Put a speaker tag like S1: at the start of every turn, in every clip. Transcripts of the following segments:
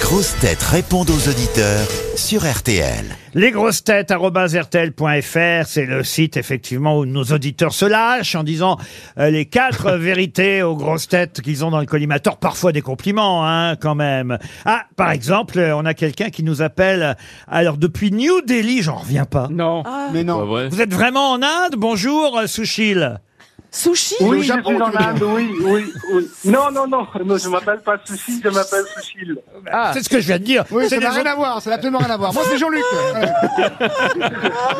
S1: grosses têtes répondent aux auditeurs sur RTL.
S2: Lesgrossetêtes.rtl.fr, c'est le site effectivement où nos auditeurs se lâchent en disant euh, les quatre vérités aux grosses têtes qu'ils ont dans le collimateur, parfois des compliments hein, quand même. Ah, par exemple, euh, on a quelqu'un qui nous appelle, euh, alors depuis New Delhi, j'en reviens pas.
S3: Non. Mais non.
S2: Vous êtes vraiment en Inde Bonjour euh, Sushil.
S4: Sushi
S3: Oui, je suis en
S4: Ah,
S3: Inde, oui, oui, oui. Non, non, non, non, je m'appelle pas Sushi, je m'appelle Sushil.
S5: Ah.
S2: C'est ce que je viens de dire.
S5: Oui,
S2: C'est
S5: ça n'a
S2: des-
S5: rien à voir, ça n'a absolument rien à voir. Moi, c'est Jean-Luc. Ouais.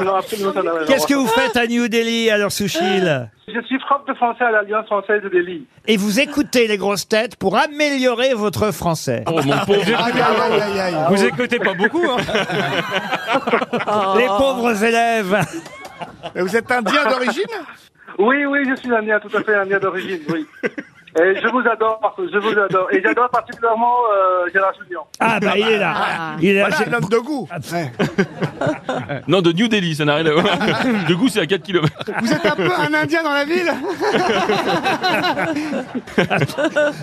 S3: Non, absolument ça n'a rien à
S2: Qu'est-ce que
S3: voir.
S2: vous faites à New Delhi alors
S5: Ah.
S2: Sushil
S3: Je suis prof de français à l'Alliance française de Delhi.
S2: Et vous écoutez les grosses têtes pour améliorer votre français.
S6: Oh mon pauvre.
S5: Aïe, aïe, aïe, aïe, aïe.
S6: Vous écoutez pas beaucoup, hein
S2: Ah, oh. Les pauvres élèves
S5: Mais Vous êtes indien d'origine
S3: Oui, oui, je suis indien, tout à fait indien d'origine, oui. Et je vous adore, je vous adore. Et j'adore particulièrement euh, Gérard Junior.
S2: Ah bah il est là. Il est là.
S5: Voilà,
S2: J'ai-
S5: un homme de goût. Ouais.
S6: Non, de New Delhi, ça n'a rien à voir. Du coup, c'est à 4 km.
S5: Vous êtes un peu un indien dans la ville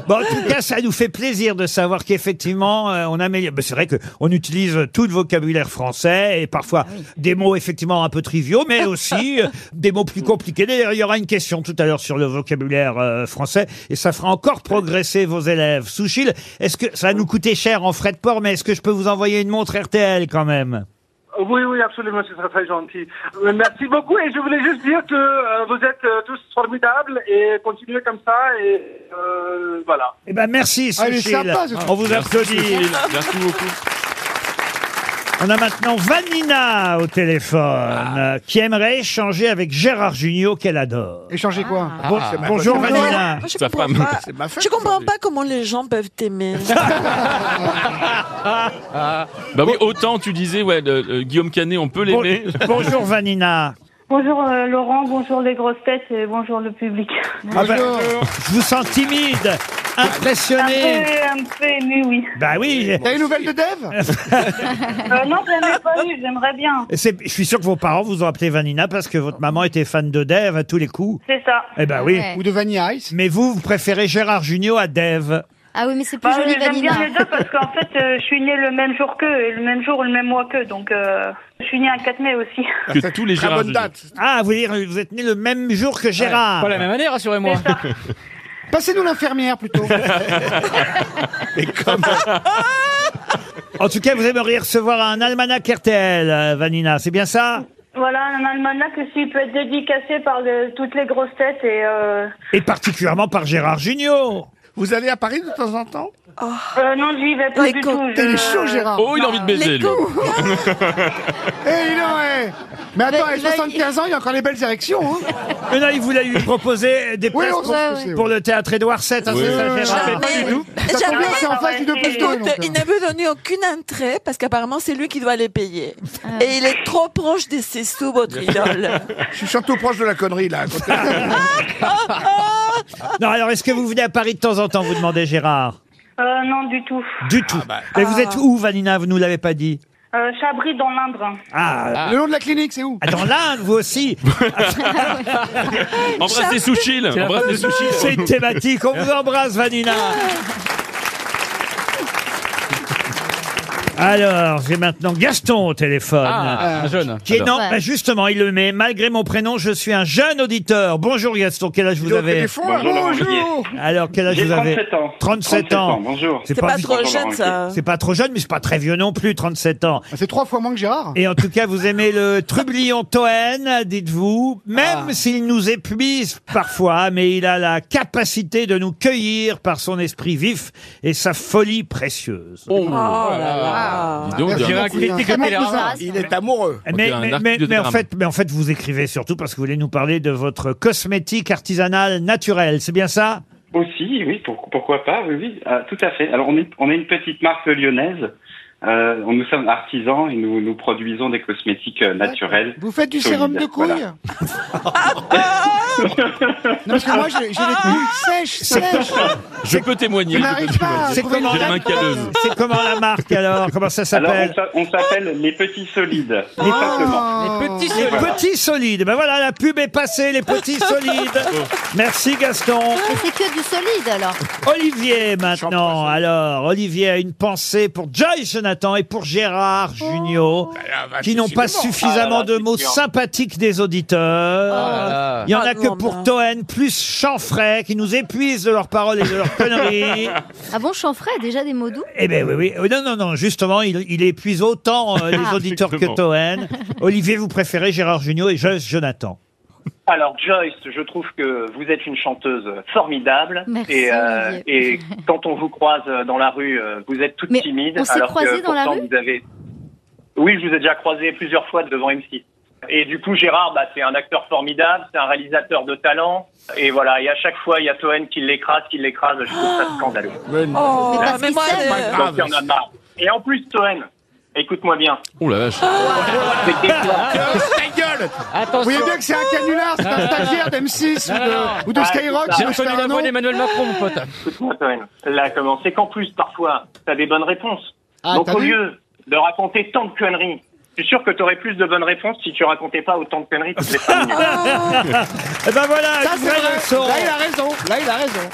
S2: Bon, en tout cas, ça nous fait plaisir de savoir qu'effectivement, euh, on améliore. mais C'est vrai que on utilise tout le vocabulaire français et parfois des mots effectivement un peu triviaux, mais aussi euh, des mots plus compliqués. D'ailleurs, il y aura une question tout à l'heure sur le vocabulaire euh, français et ça fera encore progresser vos élèves. Souchil, est-ce que ça va nous coûter cher en frais de port, mais est-ce que je peux vous envoyer une montre RTL quand même
S3: Oui, oui, absolument, ce serait très gentil. Euh, Merci beaucoup et je voulais juste dire que euh, vous êtes euh, tous formidables et continuez comme ça et euh, voilà.
S2: Eh ben merci,
S5: Ah, il est
S2: Souchil.
S5: sympa, ce truc.
S2: on vous applaudit.
S6: Merci beaucoup.
S2: On a maintenant Vanina au téléphone,
S5: Ah.
S2: euh, qui aimerait échanger avec Gérard Junior qu'elle adore.
S5: Échanger quoi
S2: Bon-
S5: C'est ma-
S2: bonjour
S7: Ah,
S5: c'est ma-
S2: Vanina.
S4: Moi, je
S6: Sa
S4: comprends
S6: femme.
S4: pas.
S5: C'est ma femme,
S4: Je comprends pas comment les gens peuvent t'aimer.
S6: Ah, Bah oui, autant tu disais, ouais, de- euh, Guillaume Canet, on peut
S2: Bon-
S6: l'aimer.
S2: bonjour Vanina.
S8: Bonjour euh, Laurent, bonjour les grosses têtes et bonjour le public.
S2: Ah ben, je vous sens timide,
S8: Un
S5: Ah
S2: impressionné.
S8: peu, un peu ému, oui.
S2: Bah oui,
S5: T'as une nouvelle de Dev
S8: Euh, non, j'en ai pas eu, j'aimerais bien.
S2: c'est- je suis sûr que vos parents vous ont appelé Vanina parce que votre maman était fan de Dev à tous les coups.
S8: C'est ça.
S2: Eh ben oui.
S5: Ou de Vanilla Ice
S2: Mais vous, vous préférez Gérard Junior à Dev.
S9: Ah oui, mais c'est plus
S8: Bah,
S9: joli,
S8: J'aime bien
S9: Vanina.
S8: les deux parce qu'en fait, euh, je suis née le même jour qu'eux et le même jour, le même mois qu'eux. Donc, euh, je suis née un 4 mai aussi.
S6: Que tous les
S5: Très
S6: Gérard
S5: bonne
S6: Jugnot.
S5: date.
S2: Ah, vous voulez dire, vous êtes né le même jour que Gérard.
S5: même année, rassurez-moi.
S8: C'est ça.
S5: Passez-nous l'infirmière plutôt.
S2: En tout cas, vous aimeriez recevoir un almanach RTL, euh, Vanina, c'est bien ça
S8: Voilà, un almanach aussi peut être dédicacé par le- toutes les grosses têtes et... Euh...
S2: Et particulièrement par Gérard Junior.
S5: Vous allez à Paris de temps en temps
S8: euh, non, j'y vais pas
S4: Les
S8: du
S4: co-
S8: tout.
S5: Il
S8: je-
S5: est chaud, Gérard.
S6: Oh, il a envie de baiser,
S4: Les
S6: lui.
S4: coups.
S5: Eh, il en est Mais attends, à
S9: Mais-
S5: 75 ans, il y a encore les belles érections. Hein.
S2: Mais là, il vous l'a lui proposé des
S5: Oui,
S2: places
S5: on
S2: pour,
S5: sait
S9: Ouais,
S5: ce que
S9: ouais.
S5: c'est.
S2: pour le théâtre Édouard VII, hein,
S6: Oui.
S2: c'est ça,
S5: Euh,
S2: Gérard
S5: pas du tout. Ça tombe
S4: J'avais-
S5: bien, c'est en face du 2 plus 2.
S4: Écoute, il n'avait donné aucune entrée parce qu'apparemment c'est lui qui doit les payer.
S7: Ah.
S4: Et il est trop proche de ses sous, votre idole.
S5: Je suis surtout proche de la connerie, là.
S2: Non, alors est-ce que vous venez à Paris de temps en temps, vous demandez Gérard
S8: Euh, non, du tout.
S2: Du tout. Et vous
S5: Ah.
S2: êtes où, Vanina Vous nous l'avez pas dit.
S8: Euh, Chabris dans l'Indre.
S2: Ah,
S5: Le nom de la clinique, c'est où
S2: ah, dans l'Inde, vous aussi.
S6: Embrassez Souchil. Embrassez
S2: C'est
S6: Souchil.
S2: une thématique. On vous embrasse, Vanina. Alors, j'ai maintenant Gaston au téléphone.
S6: Ah.
S5: Euh,
S3: jeune.
S2: Qui est, non,
S9: Ouais.
S2: bah, justement, il le met. Malgré mon prénom, je suis un jeune auditeur. Bonjour Gaston, quel âge vous
S5: au
S2: avez
S5: téléphone, là.
S3: Bonjour, Laurent
S5: Bonjour
S2: Alors, quel âge
S3: J'ai
S2: vous avez
S3: 37 ans.
S2: 37 ans.
S3: bonjour.
S4: C'est pas trop
S3: Bonjour,
S4: jeune, hein. ça.
S2: C'est pas trop jeune, mais c'est pas très vieux non plus, 37 ans.
S5: Ah, C'est trois fois moins que Gérard.
S2: Et en tout cas, vous aimez le trublion Toen, dites-vous, même
S5: Ah.
S2: s'il nous épuise parfois, mais il a la capacité de nous cueillir par son esprit vif et sa folie précieuse.
S4: Oh là là.
S6: Dis donc,
S5: Ah, Merci
S6: Gérard.
S5: beaucoup, Gérard.
S9: Terra.
S5: Il est amoureux.
S2: Mais,
S6: un
S2: mais-
S6: article
S2: mais-
S6: de
S2: mais en
S6: drame.
S2: fait, mais en fait, vous écrivez surtout parce que vous voulez nous parler de votre cosmétique artisanale naturelle, c'est bien ça
S7: Aussi, oui, pour- pourquoi pas, oui, oui, ah, tout à fait. Alors, on est, on est une petite marque lyonnaise
S9: Euh, nous sommes artisans et nous, nous produisons des cosmétiques euh, naturels.
S5: Vous faites du
S9: solides,
S5: sérum de couille
S9: voilà.
S5: Non, parce que moi, j'ai j'ai les couilles sèches, sèches.
S6: Je peux témoigner.
S5: On n'arrive pas. à
S2: C'est
S5: trouver
S2: comment
S5: le
S6: J'ai la main
S5: jackpot.
S6: calleuse.
S2: C'est comment la marque alors Comment ça
S9: Alors, on
S2: s'appelle
S9: s'a- on s'appelle les petits solides. tout simplement.
S5: Oh.
S2: Les petits solides. Ben voilà, la pub est passée, les petits solides. Merci Gaston.
S7: Mais c'est que du solide alors.
S2: Olivier maintenant. Alors, Olivier a une pensée pour Joyce Jonathan et pour Gérard Junior,
S5: Ah, bah,
S2: qui n'ont pas suffisamment
S9: Ah là là,
S2: de
S9: c'est
S2: mots
S9: dur.
S2: sympathiques des auditeurs. Il y en a
S4: Ah,
S2: que
S4: non,
S2: pour
S4: ben.
S2: Toen, plus Chanfray, qui nous épuisent de leurs paroles et de leurs conneries.
S7: Ah bon, Chanfray a déjà des mots doux
S2: Eh ben oui, oui. Euh, Non, non, non, justement, il, il épuise autant euh, les
S7: Ah.
S2: auditeurs que
S6: Exactement.
S2: Toen. Olivier, vous préférez Gérard Junior et Joyce Jonathan.
S10: Alors Joyce, je trouve que vous êtes une chanteuse formidable
S7: Merci,
S10: et, euh,
S7: Olivier.
S10: et quand on vous croise dans la rue, euh, vous êtes toute
S7: Mais
S10: timide.
S7: on s'est
S10: alors que
S7: croisés dans la
S10: pourtant,
S7: rue
S10: vous avez... Oui, je vous ai déjà croisé plusieurs fois devant M6. Et du coup, Gérard, bah, c'est un acteur formidable, c'est un réalisateur de talent. Et voilà, et à chaque fois, il y a Toen qui l'écrase, qui l'écrase. Je trouve
S7: Ah.
S10: ça scandaleux.
S4: Oh,
S7: parce
S4: mais
S7: qu'il
S4: moi,
S7: sait.
S4: euh,
S10: Donc, il y en a marre. Et en plus, Toen, écoute-moi bien.
S6: Oh la vache.
S10: C'était toi.
S5: Ta gueule Vous voyez bien que c'est un canular, c'est un stagiaire d'M6 ou de, ou de
S10: Ah,
S5: Skyrock,
S10: c'est ça.
S5: c'est le Starano.
S11: d'Emmanuel Macron, mon pote.
S6: Ah
S10: Écoute-moi, Toen. Là, comment C'est qu'en plus, parfois, t'as des bonnes réponses.
S5: Ah,
S10: Donc,
S5: t'as
S10: au
S5: vu
S10: lieu de raconter tant de conneries, je suis sûr que t'aurais plus de bonnes réponses si tu racontais pas autant de conneries toutes les cinq minutes.
S7: Ah,
S2: Eh ben voilà,
S5: Ça,
S2: une
S5: c'est
S2: vraie
S5: vrai.
S2: leçon.
S5: Là, il a raison. Là, il a raison.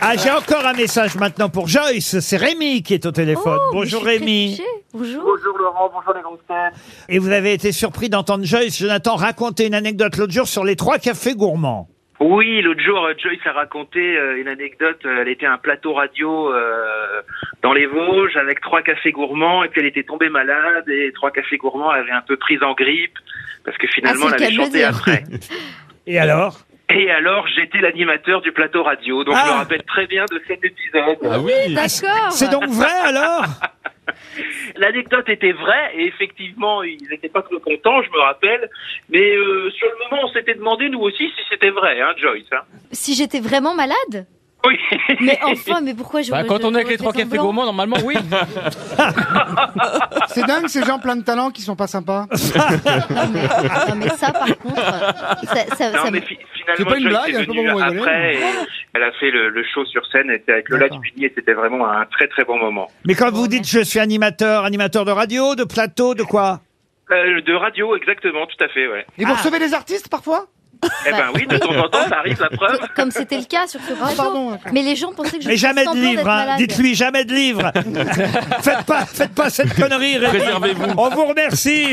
S2: Ah, j'ai encore un message maintenant pour Joyce. C'est Rémi qui est au téléphone.
S7: Oh, mais je
S2: Bonjour
S7: suis très
S2: Rémi.
S7: touchée. Bonjour.
S3: Bonjour Laurent, bonjour les gangsters.
S2: Et vous avez été surpris d'entendre Joyce Jonathan raconter une anecdote l'autre jour sur les trois cafés gourmands.
S10: Oui, l'autre jour, euh, Joyce a raconté euh, une anecdote. Euh, Elle était à un plateau radio euh, dans les Vosges avec trois cafés gourmands et puis elle était tombée malade et les trois cafés gourmands avaient un peu prise en grippe parce que finalement
S7: Ah, c'est
S10: elle avait
S7: le cas de le
S10: chanté
S7: dire.
S10: après.
S2: Et alors
S10: Et alors, j'étais l'animateur du plateau radio, donc je
S2: Ah.
S10: me rappelle très bien de cet épisode.
S6: Ah oui.
S7: D'accord.
S2: C'est donc vrai alors
S10: L'anecdote était vraie et effectivement, ils n'étaient pas trop contents, je me rappelle. Mais euh, sur le moment, on s'était demandé nous aussi si c'était vrai, hein, Joyce. hein.
S7: Si j'étais vraiment malade
S10: Oui.
S7: Mais enfin, mais pourquoi je
S11: Bah, quand on est avec les trois cafés gourmands, normalement, oui.
S5: C'est dingue ces gens plein de talent qui sont pas sympas.
S7: Non, mais ça, par contre, ça, ça,
S10: non,
S7: ça me-
S10: mais fi-
S5: C'est
S10: finalement,
S5: pas une
S10: Joyce
S5: blague,
S10: est
S5: un peu
S10: venue
S5: pour rigoler.
S10: après. et elle a fait le, le show sur scène, elle était avec Lola
S5: D'accord.
S10: Dubini et c'était vraiment un très très bon moment.
S2: Mais quand vous dites je suis animateur, animateur de radio, de plateau, de quoi
S10: Euh, de radio, exactement, tout à fait, ouais.
S5: Et vous recevez des artistes parfois
S10: Eh ben oui, de temps en temps, ça arrive, la preuve.
S7: comme c'était le cas sur ce plateau.
S5: pardon. hein.
S7: Mais les gens pensaient que je
S2: Ah, Mais
S7: faisais
S2: jamais de
S7: semblant d'être
S2: livre, hein.
S7: malade.
S2: dites-lui jamais de livre. faites pas, faites pas cette connerie. Rémi.
S6: Préservez-vous.
S2: On vous remercie.